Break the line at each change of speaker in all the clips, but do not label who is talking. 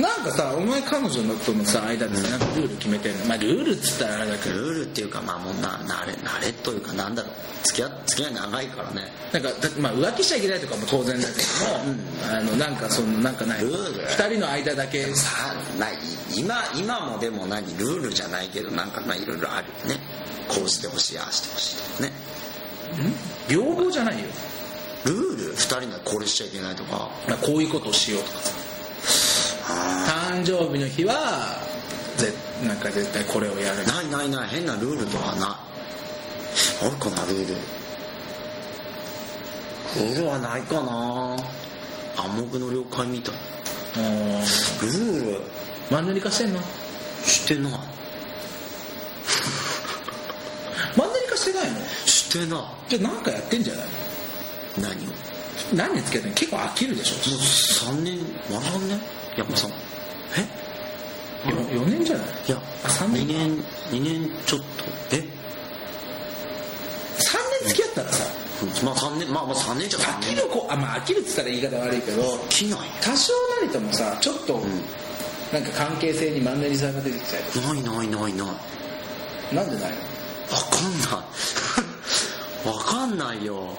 なんかさお前彼女のとのさ間でさなんかルール決めてるのまあルールっつったらあれだけど
ルールっていうかまあもうな慣れ慣れというかなんだろう付き合付き合い長いからね
なんかだってまあ浮気しちゃいけないとかも当然だけども、あのなんかそのなんかない
ルール
二人の間だけ
さあない今今もでも何ルールじゃないけどなんかまあいろいろあるよねこうしてほしいああしてほしいとかね
平等じゃないよ、
ルール2人のこれしちゃいけないとか
まあ、こういうことをしようとかさ誕生日の日はぜなんか絶対これをやる
ないないない変なルールとかないあるかなルールルールはないかな暗黙の了解みたい
うん
ルール
マンネリ化してんの
してない
マンネリ化してないの
してな
じゃあなんかやってんじゃないの
い何を
何年つけてんの結構飽きるでし
もう3年ま3年いやもう3
ょよ4年じゃない
いや
あ三年
2年2年ちょっとえ
3年付き合ったらさ
うんまあ3年まあまあ3年じゃ3
飽き
年
るこあまあ飽きるっつったら言い方悪いけど
きない
多少なりともさちょっと、
ん
なんか関係性にマンネリさが出てきちゃう
ないないないない
な
わ
んでないの
かんない わかんないよ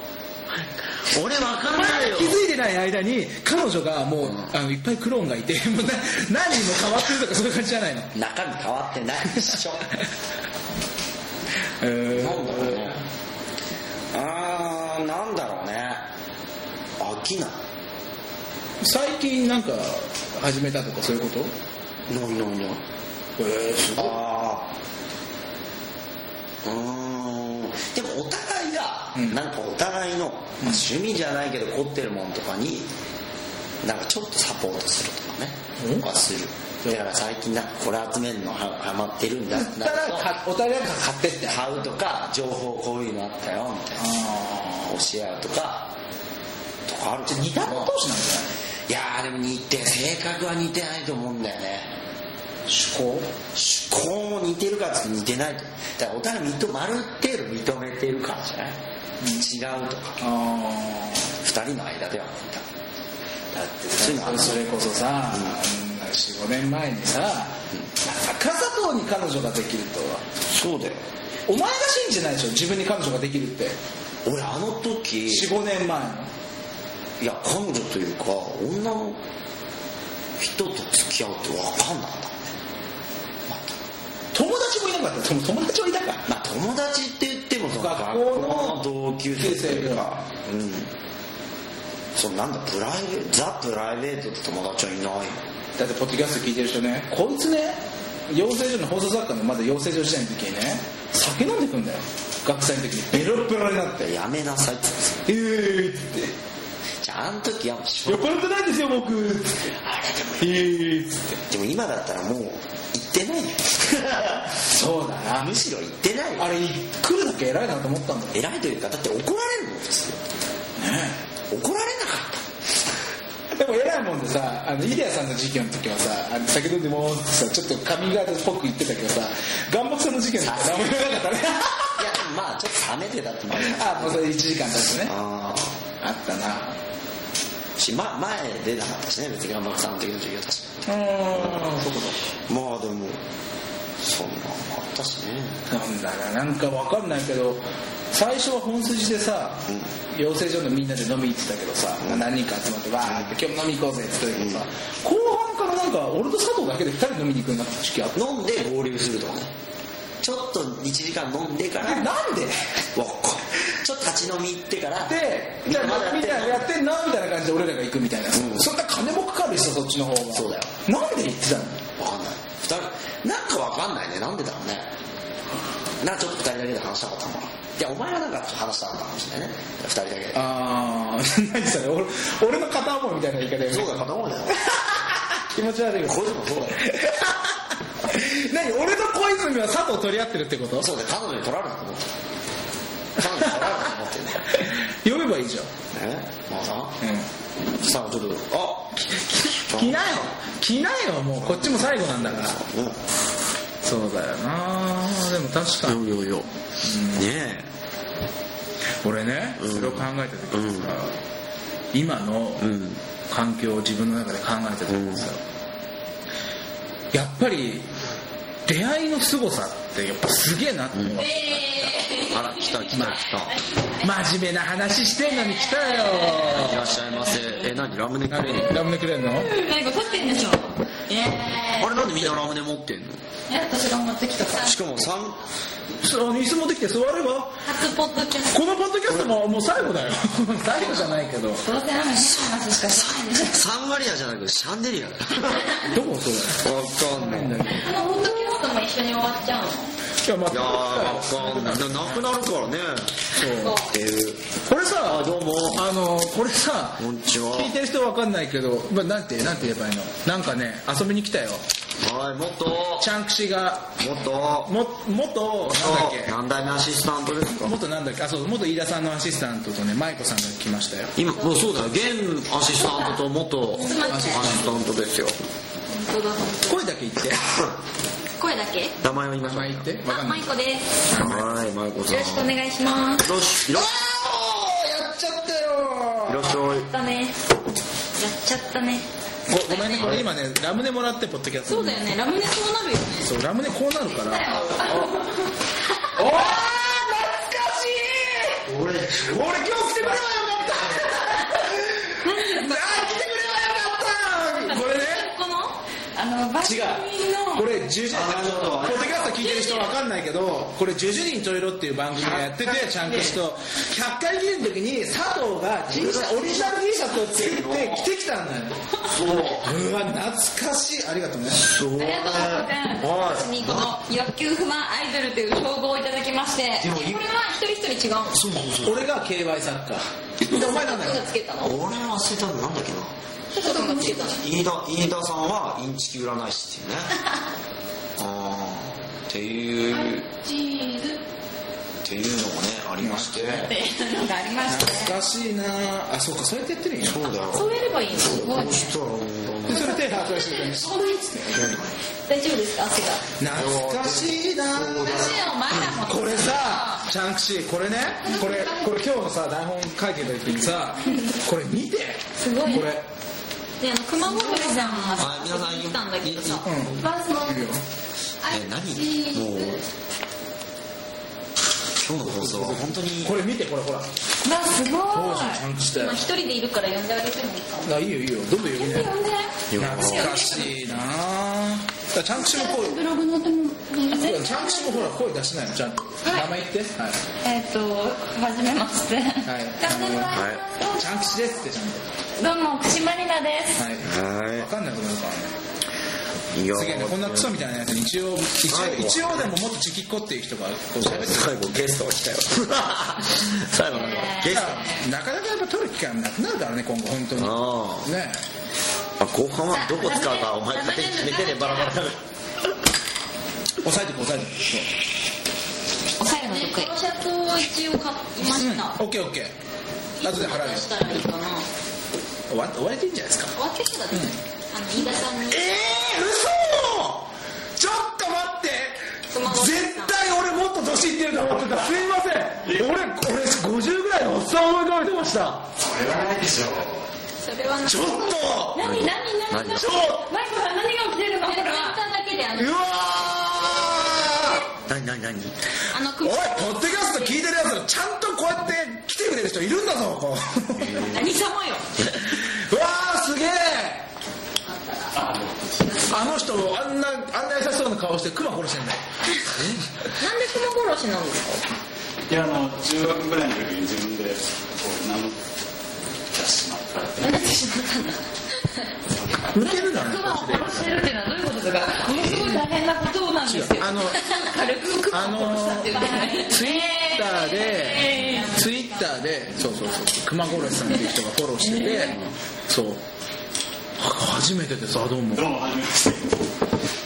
俺わかんないよ
気づいてない間に彼女がもう、あのいっぱいクローンがいて もうな何人も変わってるとかそういう感じじゃないの
中身変わってないでし ょ
え
なんだろうねあーなんだろうね飽きない
最近なんか始めたとかそういうこと
ないないない
えー、すごい
ああうーんでもお互いが、
うん
なんかお互いの、まあ趣味じゃないけど凝ってるもんとかになんかちょっとサポートするとかね
うん
はするだから最近なんかこれ集めるのはハマってるんだって
だ
な
か
る
らかお互いが買ってって
と買うとか情報こういうのあったよみたいな
あ
教え合うとかとかある
じゃあ似た者同士なんじゃない
いやーでも似て性格は似てないと思うんだよね
趣向
思考も似てるかっつって似てないとだからお互い認まる程度認めてるからじゃない、違うとか
あ
二人の間ではみたいなだってそういうのあ
あ
る
それこそさ、45年前にさ、中里に彼女ができるとは
そうだよ
お前が信じないでしょ自分に彼女ができるって
俺あの時い
45年前の
や彼女というか女の人と付き合うって分かんなかった
友達もいなかったでも友達はいたか
まあ友達って言ってもその
学校の
学校の同級生というかうんそうなんだプライベートザ・プライベートって友達はいないよ
だってポッドキャスト聞いてる人ねこいつね養成所の放送作家のまだ養成所時代の時にね酒飲んでくんだよ学生の時にベロッベロになって
やめなさいって言っ
「えー」
て
って
たじゃああの時はも
「
う
酔っ払ってないんですよ僕」
あれでも
えー」つって
でも今だったらもう行って ないよ
そうだな
むしろ行ってないよ
あれ来るだけ偉いなと思ったんだよ
偉いというかだって怒られるもんですよ怒られな
で
か
も偉いもんでさあのイデアさんの事件の時はさあの酒飲んでもーってさちょっとカミングアウトっぽく言ってたけどさ岩木さんの事件の時は何も言わなかったね
ったいやでもまあちょっと冷めてたってもある
あもうそれ1時間経ってね
あ
あったな
あし、ま、前出なかったしね別に頑張さんの時の授業だし
うんそう
まあでもそんなのあったしね
なんだななんかわかんないけど最初は本筋でさ、養成所のみんなで飲み行ってたけどさ、何人か集まってわーって今日飲み行こうぜって言ってたけどさ、後半からなんか俺と佐藤だけで2人飲みに行くようになった時期あった
飲んで合流するとかねちょっと1時間飲んでから
えなんで
わっこちょっと立ち飲み行ってから
で、じゃあ
まだやって
みん
んの
なやってんなみたいな感じで俺らが行くみたいな、
うん
そんな金もかかるしさそっちの方が
そうだよ
なんで行ってたの
わかんない二人なんかわかんないねなんでだろうねなんかちょっと二人だけで話したかったのかないやお前はなんか話したかったかもしれないね二人だけで
あー 何それ俺俺の片思いみたいな言い方やめて
そうだ片思いだよ
気持ち悪いわ
こいつもそうだよ
何俺と小泉は佐藤取り合ってるってこと
そうだよ彼女に取られたと思ってる彼女に取られたと思ってるね
呼べばいいじゃん、
えマさん
うん、
さあちょっとあ
着なよ着なよもうこっちも最後なんだからそうだよなでも確かに
うんよよよねえ
俺ね
うん
それを考えた時にさ、今の
ん
環境を自分の中で考えた時にさ、やっぱり出会いの凄さってやっぱすげえなって思う、
あら、来た来た来
真面目な話してんのに来たよ
た。いらっしゃいませ。え、何ラムネくれる
ラムネくれんの
何か撮ってんでしょイエ
あれなんでみんなラムネ持ってんの
ーイ私が持ってきたから
しかも三
そう椅子持ってきて座れば
初ポッドキャス
このポッドキャストももう最後だよ 最後じゃないけど
トどうせラムネの話しかしないんでしょ
三割屋じゃなくシャンデリアだ
どこそ
わかん
れ
ないい
い
あのポッドキャストも一緒に終わっちゃうの
やま
やー
あ
わかんないななくなるからね
そう
っていう
これさ
どうも
あのこれさ
こんにちは
聞いてる人わかんないけど、まあ、なんてなんて言えばいいのなんかね遊びに来たよ
はいもっとも
チャンクシが
っと
も元なんだっけ
何代目アシスタントですか
元なんだっけあそう元飯田さんのアシスタントとね舞子さんが来ましたよ
今もうそうだよ現アシスタントと元
つまっ
アシ
ちゃう
スタントですよ
本当だ
声だけ言って
声だけ
名前を言いまし
名
ょ
前
う
言ってわか
あ
ん
マ
ない
イコです
はい舞子さん
よろしくお願いします
よしいらっし
やっちゃったよ
ゃいいらっしゃい
だねやっちゃったね
ごごめんねこれ今ねラムネもらってポッドキャスト
そうだよねラムネそうなるよね
そうラムネこうなるからおお懐かしい俺俺今日来てくればよかったあー来てくればよかったこれね
このあの番
違
組
うこ
の
れ10人ポッドキャスト聞いてる人わかんないけどこれ「ジュジュ人といろ」っていう番組をやっててちゃんと人100回記念の時に佐藤が T シャツオリジナル T シャツを作って着てきたんだよそううわ懐かしいありがとうね
そう
あり
ね
がとうございます私にこの欲求不満アイドルという称号をいただきまして
もい
これは一人一人違うの
そうそうそう
俺が KY サッカーでお前なんだ
どこ
よ
がつけたの
俺は忘れたのなんだっけな
どこがつけたの
飯田飯田さんはインチキ占い師っていうねあーっていう
チーズ
っていうのもねありまして
っていうのがありまして
懐かしいなあそうかそうやってやってるんや
そうだよ
そうやればいいのすごいね
そしたらもう
でそれ手発してる
大丈夫ですか汗が
懐かしいな
私の前だもん
これさチャンクシーこれねこれこれ今日のさ台本書いてた時にさこれ見て
すごいね
これ
であの熊本ちゃんが
あ皆さん
来たんだけどさ
うん
バースの
いいよ
あ
え何
チーズ
もう今日の放送は本当に
これ見てこれほら
わすごい
当時ちゃんとしたよ
まあ一人でいるから呼んであげてもいいかも
あいいよいいよどんどん読みなよ
呼んで
懐かしいなあだからチャンクシーも声
ブログのでも
チャンクシーもほら声出しないのちゃんと、
い
名前言ってはい
えっとはじめまして
い
チャンネルは
チャンクシーですってちゃん
どうも串間里奈です
とはい分
は
かんなくなるからね
いいや
すげえねこんなクソみたいなやつに一応一応一応でももっとチキっこっていう人がこう喋ってる
最後ゲストが来たよ最後なんかゲスト
なかなかやっぱ取る機会もなくなるからね今後本当に
あ
ね
あ後半はどこ使うかお前勝手に決めてねバラバラだから
押さえてこう押さえてこう
おさえるの得意シャツを一応買いました
オッケーオッケー後で払うよ
したらいいかな
終わ終わりでいいんじゃないですか
終わってからでねあの飯田さんに
えー、嘘ちょっと待って
熊本さん
絶対俺もっと年いってると思ってたすいません俺俺50ぐらいのおっさん思い浮かべてました
それはないでしょ
それはな
ちょっと
何何何何
ちょ
マイクは何が起きてるのほら簡単だけであの
うわー
何何何
あの
おいポ
組
ッドキャスト聞いてるやつらちゃんとこうやって来てくれる人いるんだぞこう
何様よ
うわーすげえあの人あんなあんな優しそうな顔してクマ殺してんだよ
なんで熊殺しなんですか
いやあの中学ぐらいの時に自分でこう名乗ってしまったって
何てしまったんだ
ウケるだね
熊を殺してるっていうのはどういうことですかものすごい大変なことなんですよ
あの
軽く熊を殺したっていうね
ツイッターでツイッターでそうそうそう熊殺しさんっていう人がフォローしててそうあ初めてですあどうも
どうも初めまして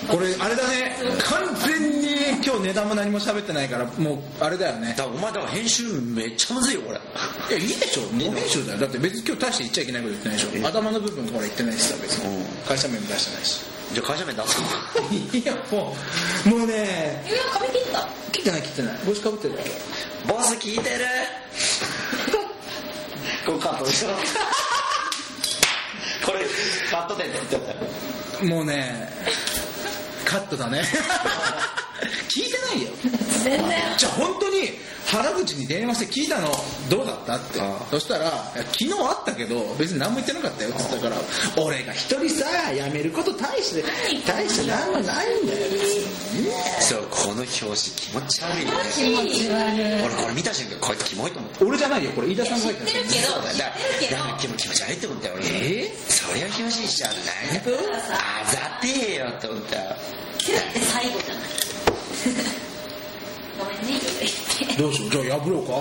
これあれだね完全に今日値段も何も喋ってないからもうあれだよね
だからお前だから編集めっちゃむずいよこれ
いや、いいでしょ、ノー編集だよ。だって別に今日大して言っちゃいけないこと言ってないでしょ。頭の部分ほら言ってないしさ、別に。会社名も出してないし。
じゃあ会社名出 そ う
いや、もう、もうね、
指を髪切った
切ってない切ってない。帽子かぶってるだけ。
ボス聞いてるこれカットで しょこれカットでって言ってたよ
もうね、カット だね聞いてないよ
全然
じゃあ本当に原口に電話して聞いたのどうだったってそしたらいや「昨日あったけど別に何も言ってなかったよ」っつったから「俺が一人さ辞めること大して大して何もないんだよ別にね
そうこの表紙気持ち悪いよね
気持ち悪い
俺これ見た瞬間こいつキモいと思った」
俺じゃないよこれ飯田さんが
知
書
っ
い
て
て
る
る
けど
だ
知
か
ってるけ
ら
ど
だから気持ち悪いって思ったよ俺えそりゃ表紙しちゃうないあざてえよって思ったよ
キュって最後じゃないごめんね言って
どうしようじゃあ破 ろうか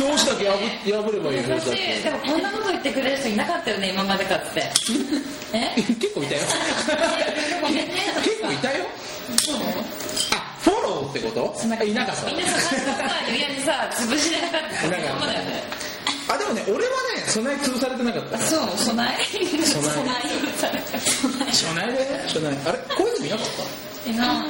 表紙だけ破破ればいい 表紙だっ
私でもこんなこと言ってくれる人いなかったよね今までかってえ
て結構 いたよ
ごめんね
結構いたよ
そうなの
あフォローってこといなかった
みんなさなんかさ売り上げさ潰しでなかった
いなかった
そうだよね
あでもね俺はね備え潰されてなかった
そう備え
備
備え備
初内で初内あれ小泉いなかっ
えいないよ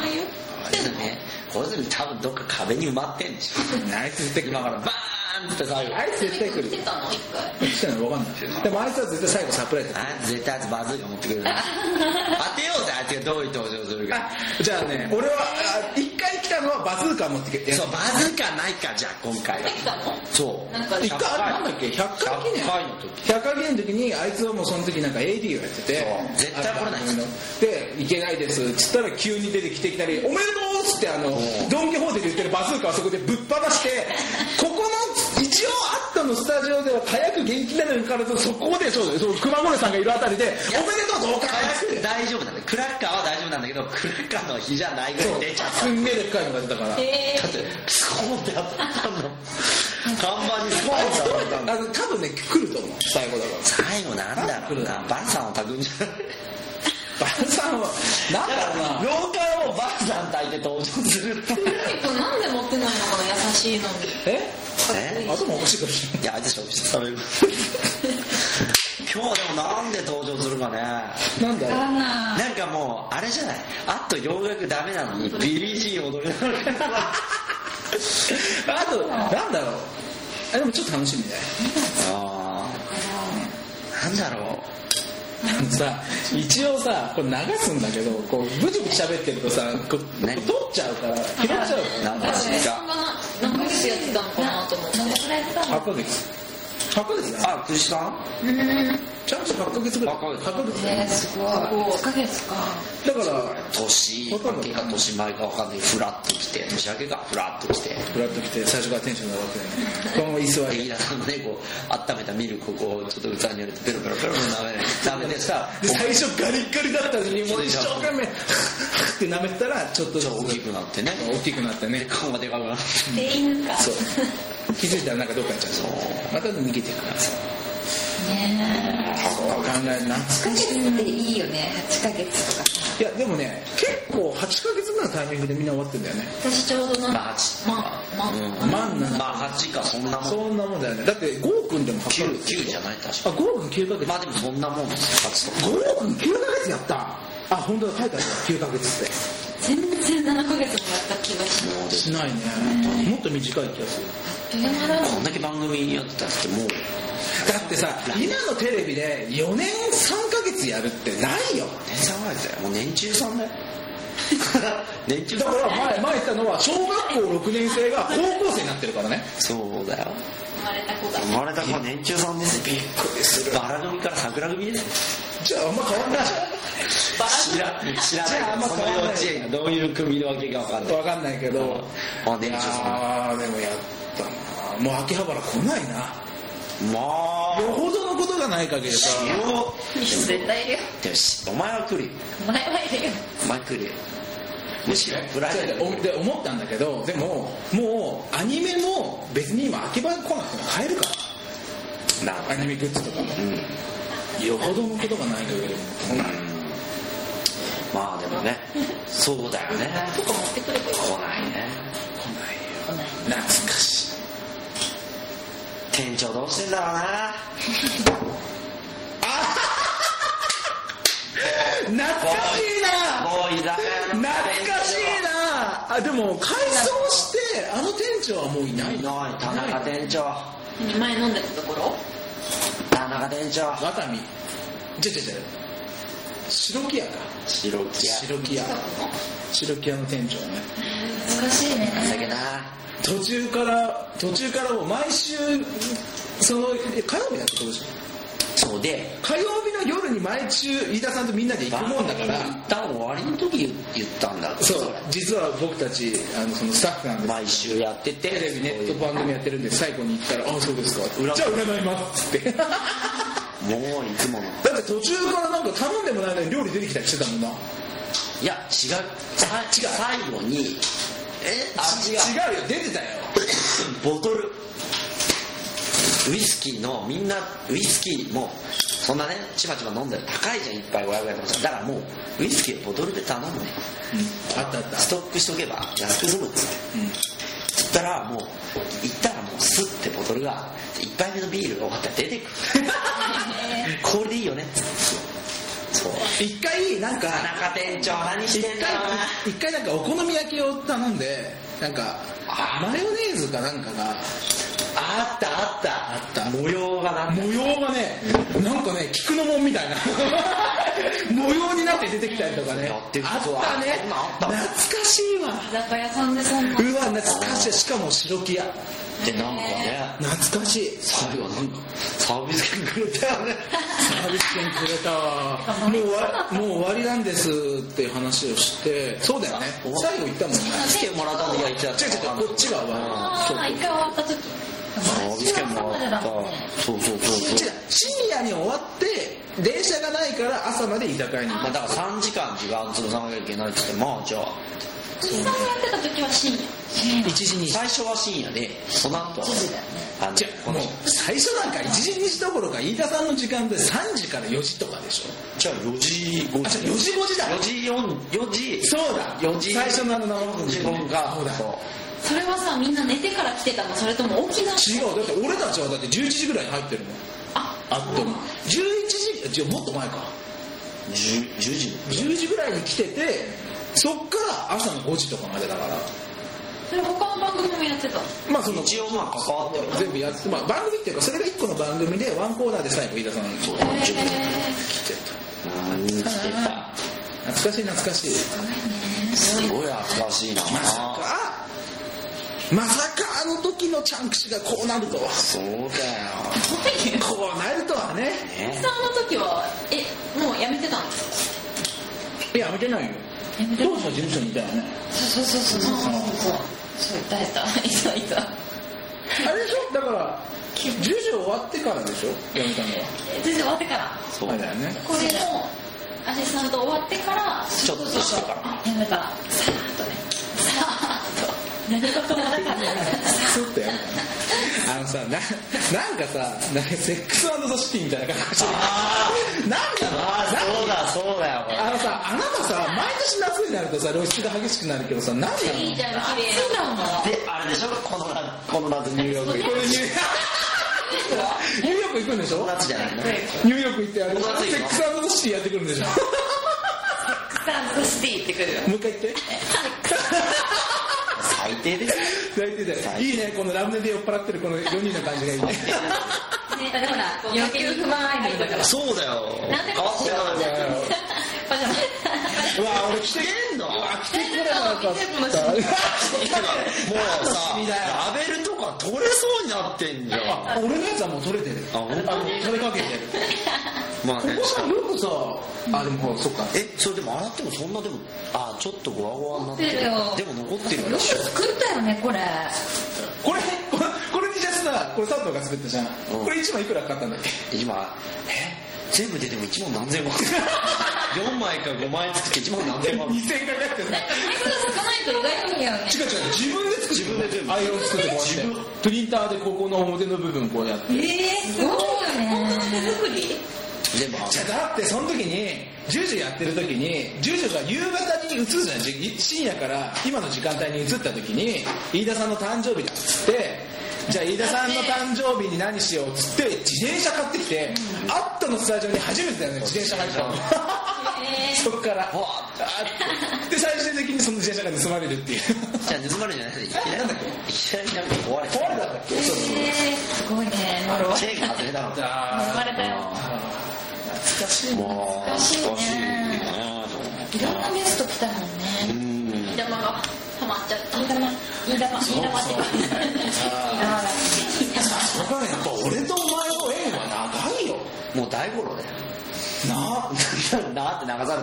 あれだね小泉多分どっか壁に埋まってんでしょ
たあいつ絶対来ながら
バーンって最後
あいつ絶対来る
てたの一回
来てないの分かんないでもあいつは絶対最後サプライズだ
あ絶対あいつバズーカ持ってくるな当てようぜあいつがどういう登場するか
じゃあね俺はあ一回来たのはバズーカ持ってきて
そうバズーカないかじゃあ今回は
来たの
そう
なんか
一回あれなんだっけ100回記念
100回の時
100回記念の時にあいつはもうその時なんか AD をやってて
そう絶対来れないっつっ
で「いけないです」っつったら急に出てきていきなり「おめでとう!」っつってあのドン・キホーテで売ってるバズーカをそこでぶっ放して ここの一応アットのスタジオでは火薬元気なのにからずそこでそうだよそう熊五郎さんがいるあたりで「おめでとう!」とおかえっつって
大丈夫なんだよクラッカーは大丈夫なんだけどクラッカーの日じゃないぐらい出ちゃっ
そうすんげえでっかいのが出たから
え
ただってスコーンって当たったの看板にスコーンって当たったの
あの多分ね来ると思う最後だから
最後なんだろうなバンさんを炊くんじゃない
バンさんはなんだろうな
廊下をバンさん炊いて登場するって
ー、これなんで持ってないのかな優しいのに
え
ね
頭おかしいかもしれない
いやあいつ食事 食べる今日でもなんで登場するかね
なんだろう
わかんない
なんかもうあれじゃないあっと洋楽ダメなのにビリー・ジーン踊りなが ら
あと、なんだろう。あ、でもちょっと楽しみだよ。
あーなんだろ
あのさ、一応さ、これ流すんだけど、こう、ブチブチ喋ってるとさ、こう、取っ
何
ちゃうから、拾っちゃう
うなんだろ
私
う
そんな何ヶ月やってたのかなと思って
8ヶ月。8ヶ月だ。
あ藤さん
ちゃんと8ヶ月ぐらい。8ヶ月だ。
えー、すごい5ヶ月か
だから、
年明けか年前かわかんないフラッと来て年明けかフラッと来て
フラッと来て、最初からテンション上がってね。このまま居座
で
り。
飯田さんのねこう温めたミルクをこうちょっと器に入れてペロペロペロペロ 舐め舐めてさ
で最初ガリッガリだったのに、もう一生懸命、って舐めたら、ちょっとず
ち
つ
ょっと大きくなってね
大きくなってね。
顔がでかくなって
でいいのか
そう。気づいたらなんかどっか行っちゃ
そう
う。また逃げていくからさ。
ね
そう考えるな。
8ヶ月っていいよね8ヶ月とか
いやでもね結構8ヶ月ぐらいのタイミングでみんな終わってんだよね
私ちょうどなん
まあ
か
8
まま
うん
万7
まあ8かそんなもん
そんなもんだよねだって5君でも8ヶ
9
月
九じゃない確
あ
か
5君9ヶ月、
まあでもそんなもん8とか
5君9ヶ月やったあ本当だ書いてある9ヶ月って
全然7ヶ月もやった気がしない
もうで
しないねもっと短い気がする
どれもらう
こんだけ番組やってたってもう
だってさ今のテレビで4年3ヶ月やるってないよ
年3ヶ月だよもう年中さんだ よ年中
だ
さ
か
ん
ら前前言ったのは小学校6年生が高校生になってるからね
そうだよ
生まれた子が
生まれた子は年中さんですびっくりするバラ組から桜組です
じゃああんま変わんない
知ら知ら
じゃああんま
その幼稚園がどういう組のわけか分かんない
わかんないけど
まあ年
い
中
や
さ
ーでもやったなもう秋葉原来ないなん
まあ
よほどのことがない限りさ
しよ
絶対いるよ
うでもしお前は来るよ
お前はいるよ
お前来るよむしろプライベート
おで思ったんだけどでももうアニメも別に今秋葉原来なくても買えるか
な
らアニメグッズとかも
うんうん
よほどのことがない限り来ない
まあでもねそうだよね
とか持ってくればいい
来ないね
来な
懐
い
かしい
店長どうしてんだろうな
懐かしいな
もう居酒
懐
屋
かしいなあでも改装してあの店長はもういない
い
な
ない田中店長
何前飲んでたところ
田中店長
ワタミじゃじゃじゃ白木屋か
白木屋
白木屋白木屋の店長ね
懐かしいね
なんだっけな
途中から途中からもう毎週そのえ火曜日だった当時
そうで
火曜日の夜に毎週飯田さんとみんなで行くもんだから
一旦終わりの時言言ったんだろ
そう
れ
実は僕たちあのそのスタッフなんで
毎週やってて
テレビネット
こ
番組やってるんで最後に行ったら「あそうですか」
裏
じゃあ占います」っつって だっ
ういうもういつもの
て途中からなんか頼んでもないのに料理出てきたりしてたもんない
や違うさ違う最後にえあ
ち
違う
違うよ出てたよ
ボトルウイスキーのみんなウイスキーもそんなねちまちま飲んでる高いじゃん一杯500円とかさだからもうウイスキーをボトルで頼むね
あったあった
ストックしとけば安く済むっつって、そしたらもう行ったらもうスッてボトルが1杯目のビールが終わったら出てくる これでいいよねっつってそう
一回なんか
田中店長何し
一
てんだろうな
回一回なんかお好み焼きを頼んでなんか
あ
マヨネーズかなんかが
あったあった
あった
模様がなんだ
模様がねなんかね菊の紋みたいな 模様になって出てきたりとかね
や
あっ
ってる
たね
そんなあった
懐かしいわ
居酒屋さんでそんな
うわ懐かしいしかも白木屋
ってなんかね
懐かしい
最後なんかサービス券くれたよね
サービス券くれたわもうわもう終わりなんですっていう話をしてそうだよね最後行ったもんね
来てもらったんでやっちゃっ
違
た
う違う違うこっちが終わり
あー一回終わった時
サービス券もらったそうそうそう
違
そう
う深夜に終わって電車がないから朝まで居酒屋に行っ
まあだから3時間時間潰さなきゃいけないっつってまあじゃあ
藤井さんがやってた時は深夜
1時に
最初は深夜でその後はあの
じゃあ
こ
も
の
う最初なんか1時2時どころか飯田さんの時間で3時から4時とかでしょ
じゃあ4時5
あ
時
じゃあ4時5時だ
4時4 4時
そうだ
4時
最初のあの生放
時
送
分が
そうだ
そう
それはさみんな寝てから来てたのそれとも起きな
違うだって俺たちはだって11時ぐらいに入ってるもん
あ
あっという間11時違うもっと前か
10, 10時
10時ぐらいに来ててそっから朝の5時とかまでだから
それ他の番組もやってたの
まあその
一応まあ関わってる
全部やって、まあ、番組っていうかそれが1個の番組でワンコーナーで最後飯田さんが来て
へー
何して
た懐
た
かしい懐かしい
すごい懐かしいな
まさかまさかあの時のチャンクシがこうなるとは
そうだよ
すごいね
こうなるとはね
藤井
ね
さんの時はえもうやめてたの
いややめてないよ当時の事務所にいたよね
そうそうそうそうそうそうそういたいたいたいた
あれでしょだから10時終わってからでしょやめたのは
全然終わってから
そ
あ
う
れだよね
これもアシスタント終わってから
ちょっとしてから
やめたらさーっとねさーっと何事もなかった
スッとやめたのあのさななんかさなんかセックスザ・シティみたいな感じでなんなの
ああそうだそうだよこれ
あのさあなたさ毎年夏になるとさ露出が激しくなるけどさ何なの
いいじゃん綺麗
そうだもん
であれでしょこの夏この夏ニューヨーク行
これニューニューヨーク行くんでしょ
この夏じゃない
ニ
の
ューヨーク行ってあれ
この後行くの
セックスザ・シティやってくるんでしょ
スタントシティってくるよ
もう一回言って
最低ですよ
泣いてたよいいねこのラムネで酔っ払ってるこの4人の感じがいいね
ねだってほら余計不満アイドルだから
そうだよ
なんで
変わってなかったよ
パジャマ
うわ俺来て
えんの
来てくれなかった
もうさ
楽しみだよ
ラベルとか取れそうになってんじゃん
あ俺のやつはもう取れてる
あ本当に
取れかけてる
まあ
こ
ね
こさよくさあでもそっか
えそれでも洗ってもそんなでもあちょっとゴワゴワになってる
残って
で
る
も残ってる
よ
で
く
しょ
作ったよねこれ
これこれこれにじゃあさこれ佐藤が作ったじゃん
うん
これ1枚いくら買ったんだっけ
今え全部出ても1万何千万4枚か5枚作って1万何千万
2000円かかってさ
枚数少ないと意外といいよね
違う違う自分で作って
自分で全部
アイロン作ってこうやってプリンターでここの表の部分こうやって
えー、すごい本当の手作り
全部あ
じゃあだってその時に10時やってる時に10時が夕方に移るじゃんじ深夜から今の時間帯に移った時に飯田さんの誕生日だっつってじゃあ飯田さんの誕生日に何しようっつって自転車買ってきてアットのスタジオに初めてだよね自転車買ったのそっからわーってで最終的にその自転車が盗まれるっていう
じゃあ盗まれるんじゃないいきなりなんだっけいきなりなんか壊れた
壊れたんだっけそうそう
えー、すごいね呪われ
チェーンが外れたの
あ
たよ
ー懐かしい
まあ難しい
懐かしい
ね
ね
と思って
いろんなゲスト来たもん
う
ね
ん
玉が溜まっちゃった
飯玉飯玉
そ
飯
う
玉って
そうそこはやっぱ俺とお前の縁は長いよ
もう大五郎だよ
なあ
なーって流され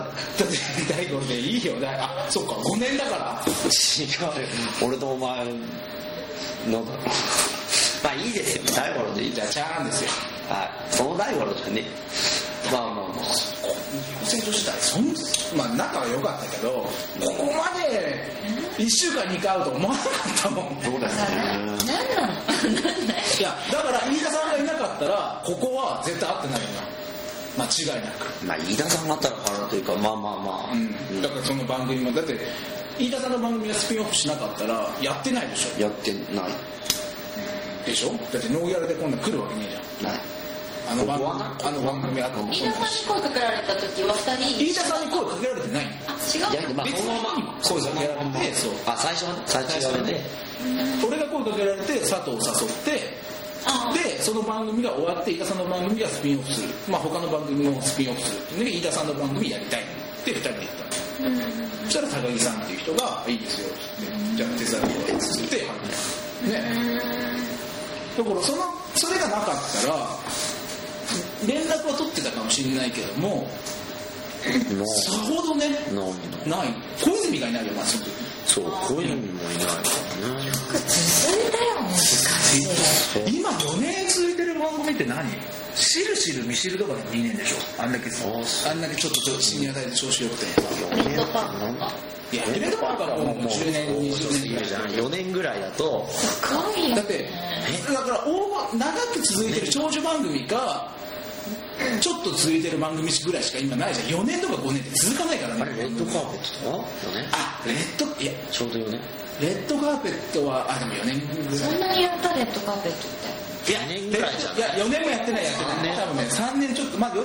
だっ
て
て大悟でいいよだあそっか5年だから
違うよ俺とお前のだろまあいいですよ大五郎でいい
じ
じ
ゃ
ゃ
あチャーンですよ
んはいその大五郎だねまあまあまあ
高生女子大そんまあ仲は良かったけどここまで1週間に回会うと思わなかったもん
そうだよね
何なの
いやだから飯田さんがいなかったらここは絶対会ってないよな間違いなく
まあ飯田さんがあったからというかまあまあまあ、
うん、だからその番組もだって飯田さんの番組がスピンオフしなかったらやってないでし
やってない
ょでしょだってノーギャラで今度来るわけねえじゃん
ない
あの番
ここは
組あの番組あった
飯田さんに声かけられた時は二人
飯田さんに声かけられてない
あ違う
いやまあ
別
その
に
まま
そうそう
のまま
やってそう
あ最初はね最初はね
俺が声かけられて佐藤を誘って
あ
でその番組が終わって飯田さんの番組がスピンオフする、まあ、他の番組もスピンオフするっていうので飯田さんの番組やりたいって2人で言ったの、そしたら高木さんっていう人が「いいですよ」って言って「じゃあ手伝ってください」って言ってねだからそのそれがなかったら連絡は取ってたかもしれないけども
の
さほどね
の
ない小泉がいないよなその時
そう小泉もいないからね
続いたよね
今4年続いてる番組って何シルシルミシルとかで2年でしょあんだけさあんだけちょっとちょっとシニア代で調子よくて
レッドパン
なんだ
いやエレドパンからもう10年20年ぐらいじゃん
4年ぐらいだと
すごいよ
だってだから大番長く続いてる長寿番組かちょっと続いてる番組ぐらいしか今ないじゃん4年とか5年って続かないからね
あれレッドカーペットだよね
あレッドいや
ちょうど4年
レッドカーペットはあでも4年ぐら
そ
い
んなにやったレッドカーペットって
いや4年ぐらいじゃ
いや4年もやってないやって
三
ない多分ね
年
3年ちょっとまあ4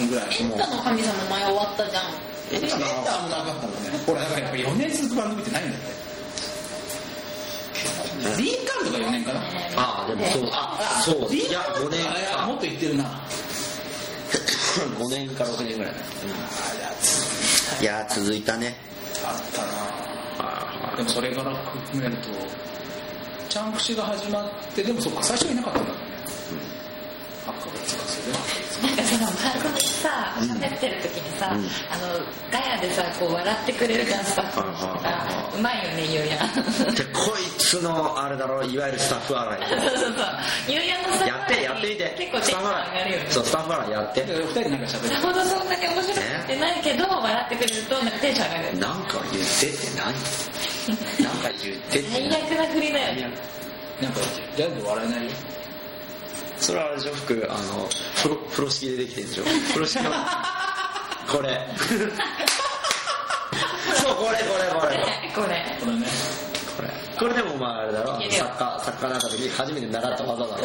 年ぐらい
エンタの神様前終わったじゃん
エレベーターもなかったもんねほらだからやっぱ4年続く番組ってないんだってリーカルとか4年かな
ああでもそうあそう
リ
い
ー
や
カルとか
5年
いやも
か
っといってるなあ
5年か6年ぐらいだ
いやつ
いやー続いたね
あったな
は
でもそれから含めるとチャンクシが始まってでもそっか最初はいなかったんだもんね八ヶ月かそれで
なんかその番組さ喋ってる時にさ、
うん
あのガヤでさこう笑ってくれるじゃんスタッフの人と
はいはいはい
かうまいよねゆうやんそう
いでこいつのあれだろいわゆるスタッフ洗い
そうそうゆうやんのさ
やってやってみて
結構
ス
テンション
タッフ
上がるよ
洗い
ね
そうスタッフ洗いやって
だから2人なんか喋って
さほどそんなに面白くってないけど笑ってくれるとなんかテンション上がる
なんか言ってって何なんか言ってって
最
何
悪な振りだよね
なんかギャグ笑えないよ
それはあれでしょ服あの風呂風呂敷でできてるでしょ風呂敷の これそうこれこれ
こ
これ
れ
これね
これこれでもまああれだろサッカーサッカーなった時初めて習った技 だろ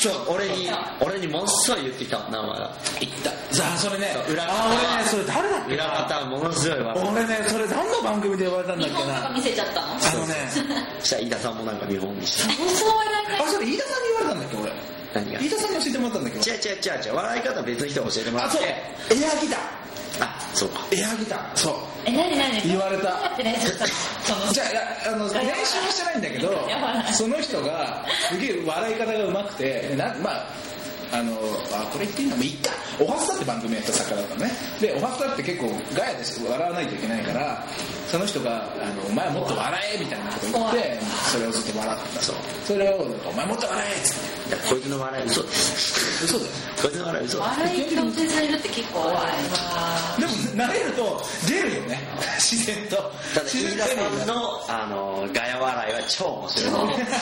そう俺に俺にものすごい言ってきた名前が
いったさあそれね
そう裏
あ俺ねそれ誰だっけ
裏方ものすごい技
俺ねそれ何の番組で呼ばれたんだっ
日
け
本と
な
か見せちゃったの
あのね、
そしたら飯田さんもなんか見本にした
面白いなんか
あ、それ飯田さんに言われたんだっけ、
何
俺。
が
飯田さんに教えてもらったんだっけ、俺
違う違う違う違う笑い方別の人教えてもら
あ、
って
そう、エアギタ
あそうか
ー。エアギター。そう。
え何何
言われた
どうやって練習したのその
じゃあいや、あの、練習はしてないんだけど
やばい、
その人が、すげえ笑い方がうまくて、でな、まあ、あのあこれ言っていいのもういいか「おはスタ」って番組やった作家だったのねで「おはスタ」って結構ガヤです笑わないといけないからその人があの「お前もっと笑え」みたいなこと言ってそれをずっと笑ってた
そう
それを「お前もっと笑え」っつって
いやこいつの笑い嘘です
嘘だよ
こいつの笑い嘘だ
笑いに同定されるって結構怖い
でも慣れると出るよね自然と
ただ
自
飯
然
田
と出るよ
さん
ね
のあのガヤ笑いは超面白い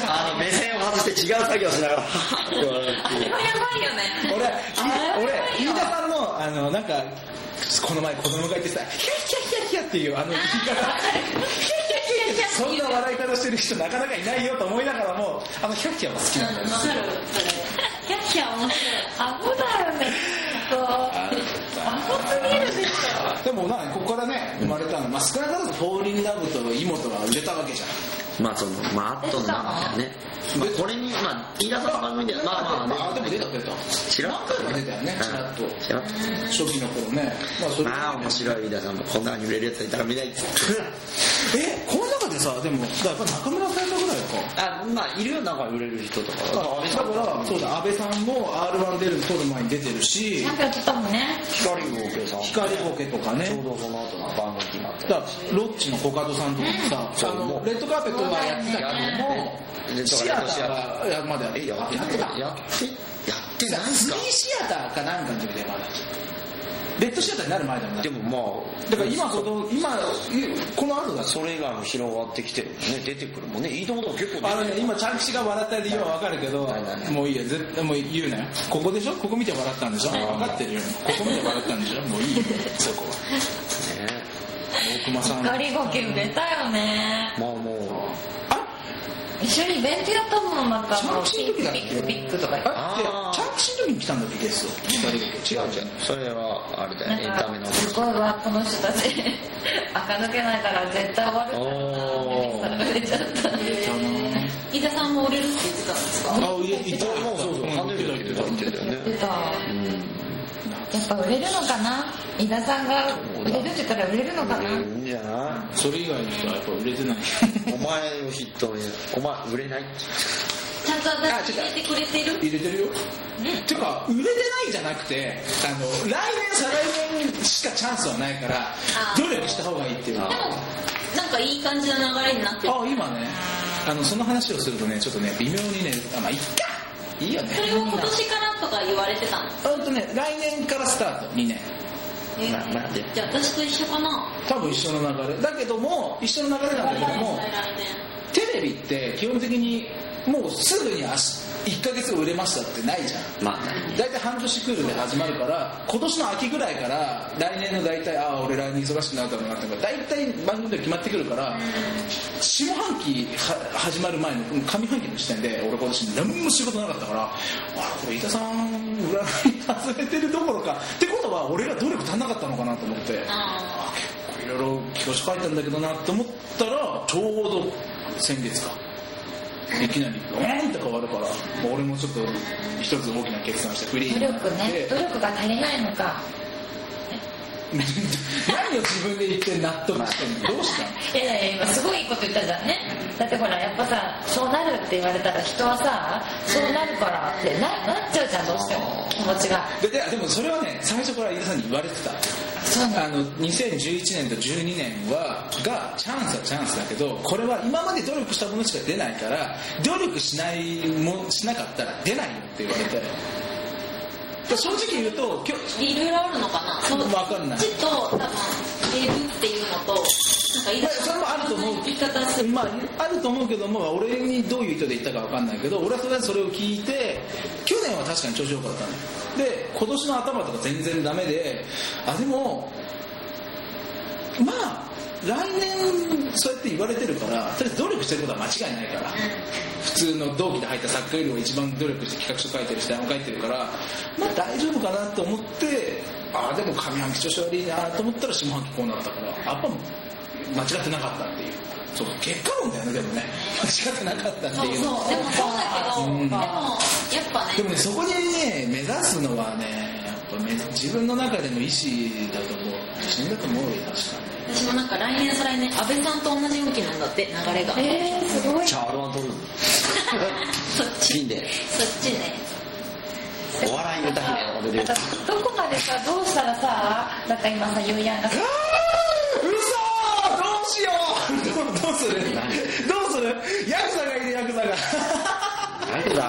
あの目線を外して違う作業しなが らって笑うって
あ
い
れ
う
はやばいよね
俺
あれ
俺飯田さんのあのなんかこの前子供がいてさ「ヒャヒャヒャヒャ」っていうあの言い方そんな笑い方してる人なかなかいないよと思いながらもあのヒャヒャは好きなんだよね
わかる
キャッキャ面白い。アホだよね。そう。アホすぎるでし
でもなここからね生まれたの、まあ、少なからず「フォーリンラブ」と「イモト」は売れたわけじゃん
まあそのまああっとんなみたいなね、まあ、これにまあ飯田さんの番組でまあま
あ
あ
でも出た出た
知らんか
出たよねちらっと
ちらっと
初期の頃ねまあそれ
まあ面白い飯田さんもこんなに売れるやついたら見ないっつって
えこの中でさでもだから中村さんのぐらいか
あまあいるよなんか売れる人とか
だからそうだ安倍さんも r 1出る取る前に出てるし
チャンピオン取ったもんね。
光合計さんち
光ボケとかね
ょうどその後の番組決まって
だからロッチのコカドさんとかもさ、
うん
あ
そう
のレッドカーペットはやってたけども、
ね
シアターはやまだやっ
え
て
や
た
って
やってた
やってやってないんす
ス
か
リーシアターかなんかの時でまだレッドシアターになる前だもんね
でもまあ
だから今ほど今この後だ
それ以外も広がってきてるもんね出てくるもんねいいともとも結構出て
あ
く
の
る
ね、今、ちゃんきしが笑った理由はわかるけど
はいはいは、い
もういいや、絶対もう言うなよ。ここでしょここ見て笑ったんでしょ分かってるよ。ここ見て笑ったんでしょもういいよ、そこは。
ね
大熊さん。
ガリゴケ売れたよね。
まあもう
一緒にイベントやったもん、なんか
ちゃんきしの時だっけ
ピックピックとか。
あ
あー
っちゃんきしの時に来たんだっけ、ゲスト。二人だけ。違うじゃん。
それはあれだ
な
よ
ん
エンタメ
か
の
すごいわこの人た ち垢抜けないから絶対終わるんだろうなって言ったら売れちゃった
飯田さんも売れるって言ってたんですか
あ、いや、いた、もうそうそう。
羽根
い
で言ってたよね
出た
うん
やっぱ売れるのかな伊田さんが売れるって言ったら売れるのかな
売れるんじゃな
それ以外の人はやっぱ売れ てない。
いお前を筆頭にお前売れない
ちゃんと私入れてくれてる
入れてるよ。てか、売れてないじゃなくて、あの、来年、再来年しかチャンスはないから、努力した方がいいっていう。
でもなんかいい感じの流れになってる
あ今ねあのその話をするとねちょっとね微妙にねあまあいっかいいよね
それを今年からとか言われてたの
あうんとね来年からスタート2年
え
まあまあで
じゃあ私と一緒かな
多分一緒の流れだけども一緒の流れなんだけども
再来年
テレビって基本的にもうすぐにあし1ヶ月後売れましたってないじゃん
まあ
大体半年クールで始まるから今年の秋ぐらいから来年の大体ああ俺来年忙しくなるだろうなって大体番組で決まってくるから下半期は始まる前の上半期の時点で俺今年何も仕事なかったからあこれ飯田さん占い外れてるどころかってことは俺が努力足んなかったのかなと思って
あ
いろいろ教師書いたんだけどなと思ったらちょうど先月かいきなりゴーンって変わるからもう俺もちょっと一つ大きな決断してフリー
努
になって
力ね努力が足りないのか
何を自分で言って納得してんのどうしたの
いやいや今すごいこと言ったじゃんねだってほらやっぱさそうなるって言われたら人はさそうなるからってななっちゃうじゃんどうしても気持ちが
でででもそれはね最初から飯田さんに言われてた
そうなの
あの2011年と12年はがチャンスはチャンスだけどこれは今まで努力したものしか出ないから努力しないもしなかったら出ないよって言われてで正直言うと今日
ーいろいろあるのかなそう
わかんない
ちょっと多分入れるっていうのとなんかい
まあそれもあると思う
言い方する
まあ、あると思うけども俺にどういう意図で言ったか分かんないけど俺はとりあえずそれを聞いて去年は確かに調子良かったので今年の頭とか全然ダメであでもまあ来年そうやって言われてるからとりあえず努力してることは間違いないから普通の同期で入った作家よりも一番努力して企画書書いてるし台本書いてるからまあ大丈夫かなと思ってああでも上半期調子悪いなと思ったら下半期こうなったからやっぱ間違ってなかったっていうそう結果論だよねでもね 間違ってなかったって
そう
いう
そうでもそうだけど、
うん
でもやっぱね
でもねそこにね目指すのはねやっぱめ自分の中での意思だと思う自信だと思うよ確かに
私もなんか来年再来年安倍さんと同じ動きなんだって流れが
えー、すごい
じゃあ R1 取 るの
そっち
ピンで
そっちね
お笑い歌姫とか出る
なんかどこまでさどうしたらさなんか今さゆうやんがさ
うそどうしようどどうするどうするヤクザがいるヤクザが
誰だ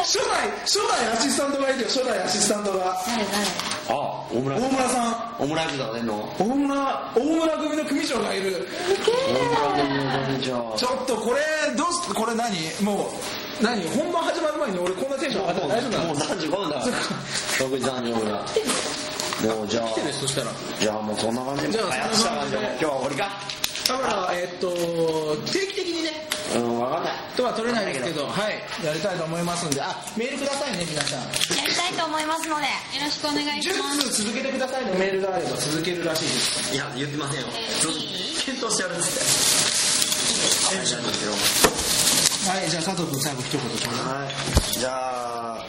初代初代アシスタントがいるよ初代アシスタントが
誰誰
あ大村
大村さん
オムライスとか出んの
大村大村組の組長がいる
大村君のじゃあ
ちょっとこれどうすこれ何もう何本番始まる前に俺こんなテンション上がって大丈夫な
も
の
う35分だ特に35分だもうじゃあ
そしたら
じゃあもうそんな感じ
じゃあ
早くした感じ今日は俺か
だからえっと定期的にね
うん分かんない
とは取れないですけどはいやりたいと思いますんであメールくださいね皆さん
やりたいと思いますのでよろしくお願いしま
10
す
通続けてくださいのメールがあれば続けるらしいです
いや言ってませんよ
えーい
検
い
討してやるんです
はいじゃあ佐藤君最後一言ちょうだい
はい。じゃあ、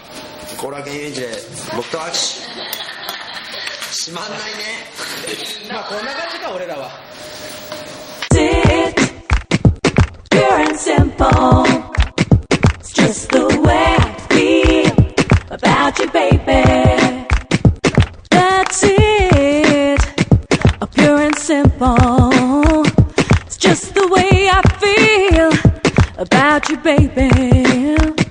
後楽園遊園地で僕と握手。しまんないね。
まあこんな感じか俺らは
it. Pure and simple. It's just the way I feel about you, baby. That's it. A pure and simple. It's just the way I feel about you, baby.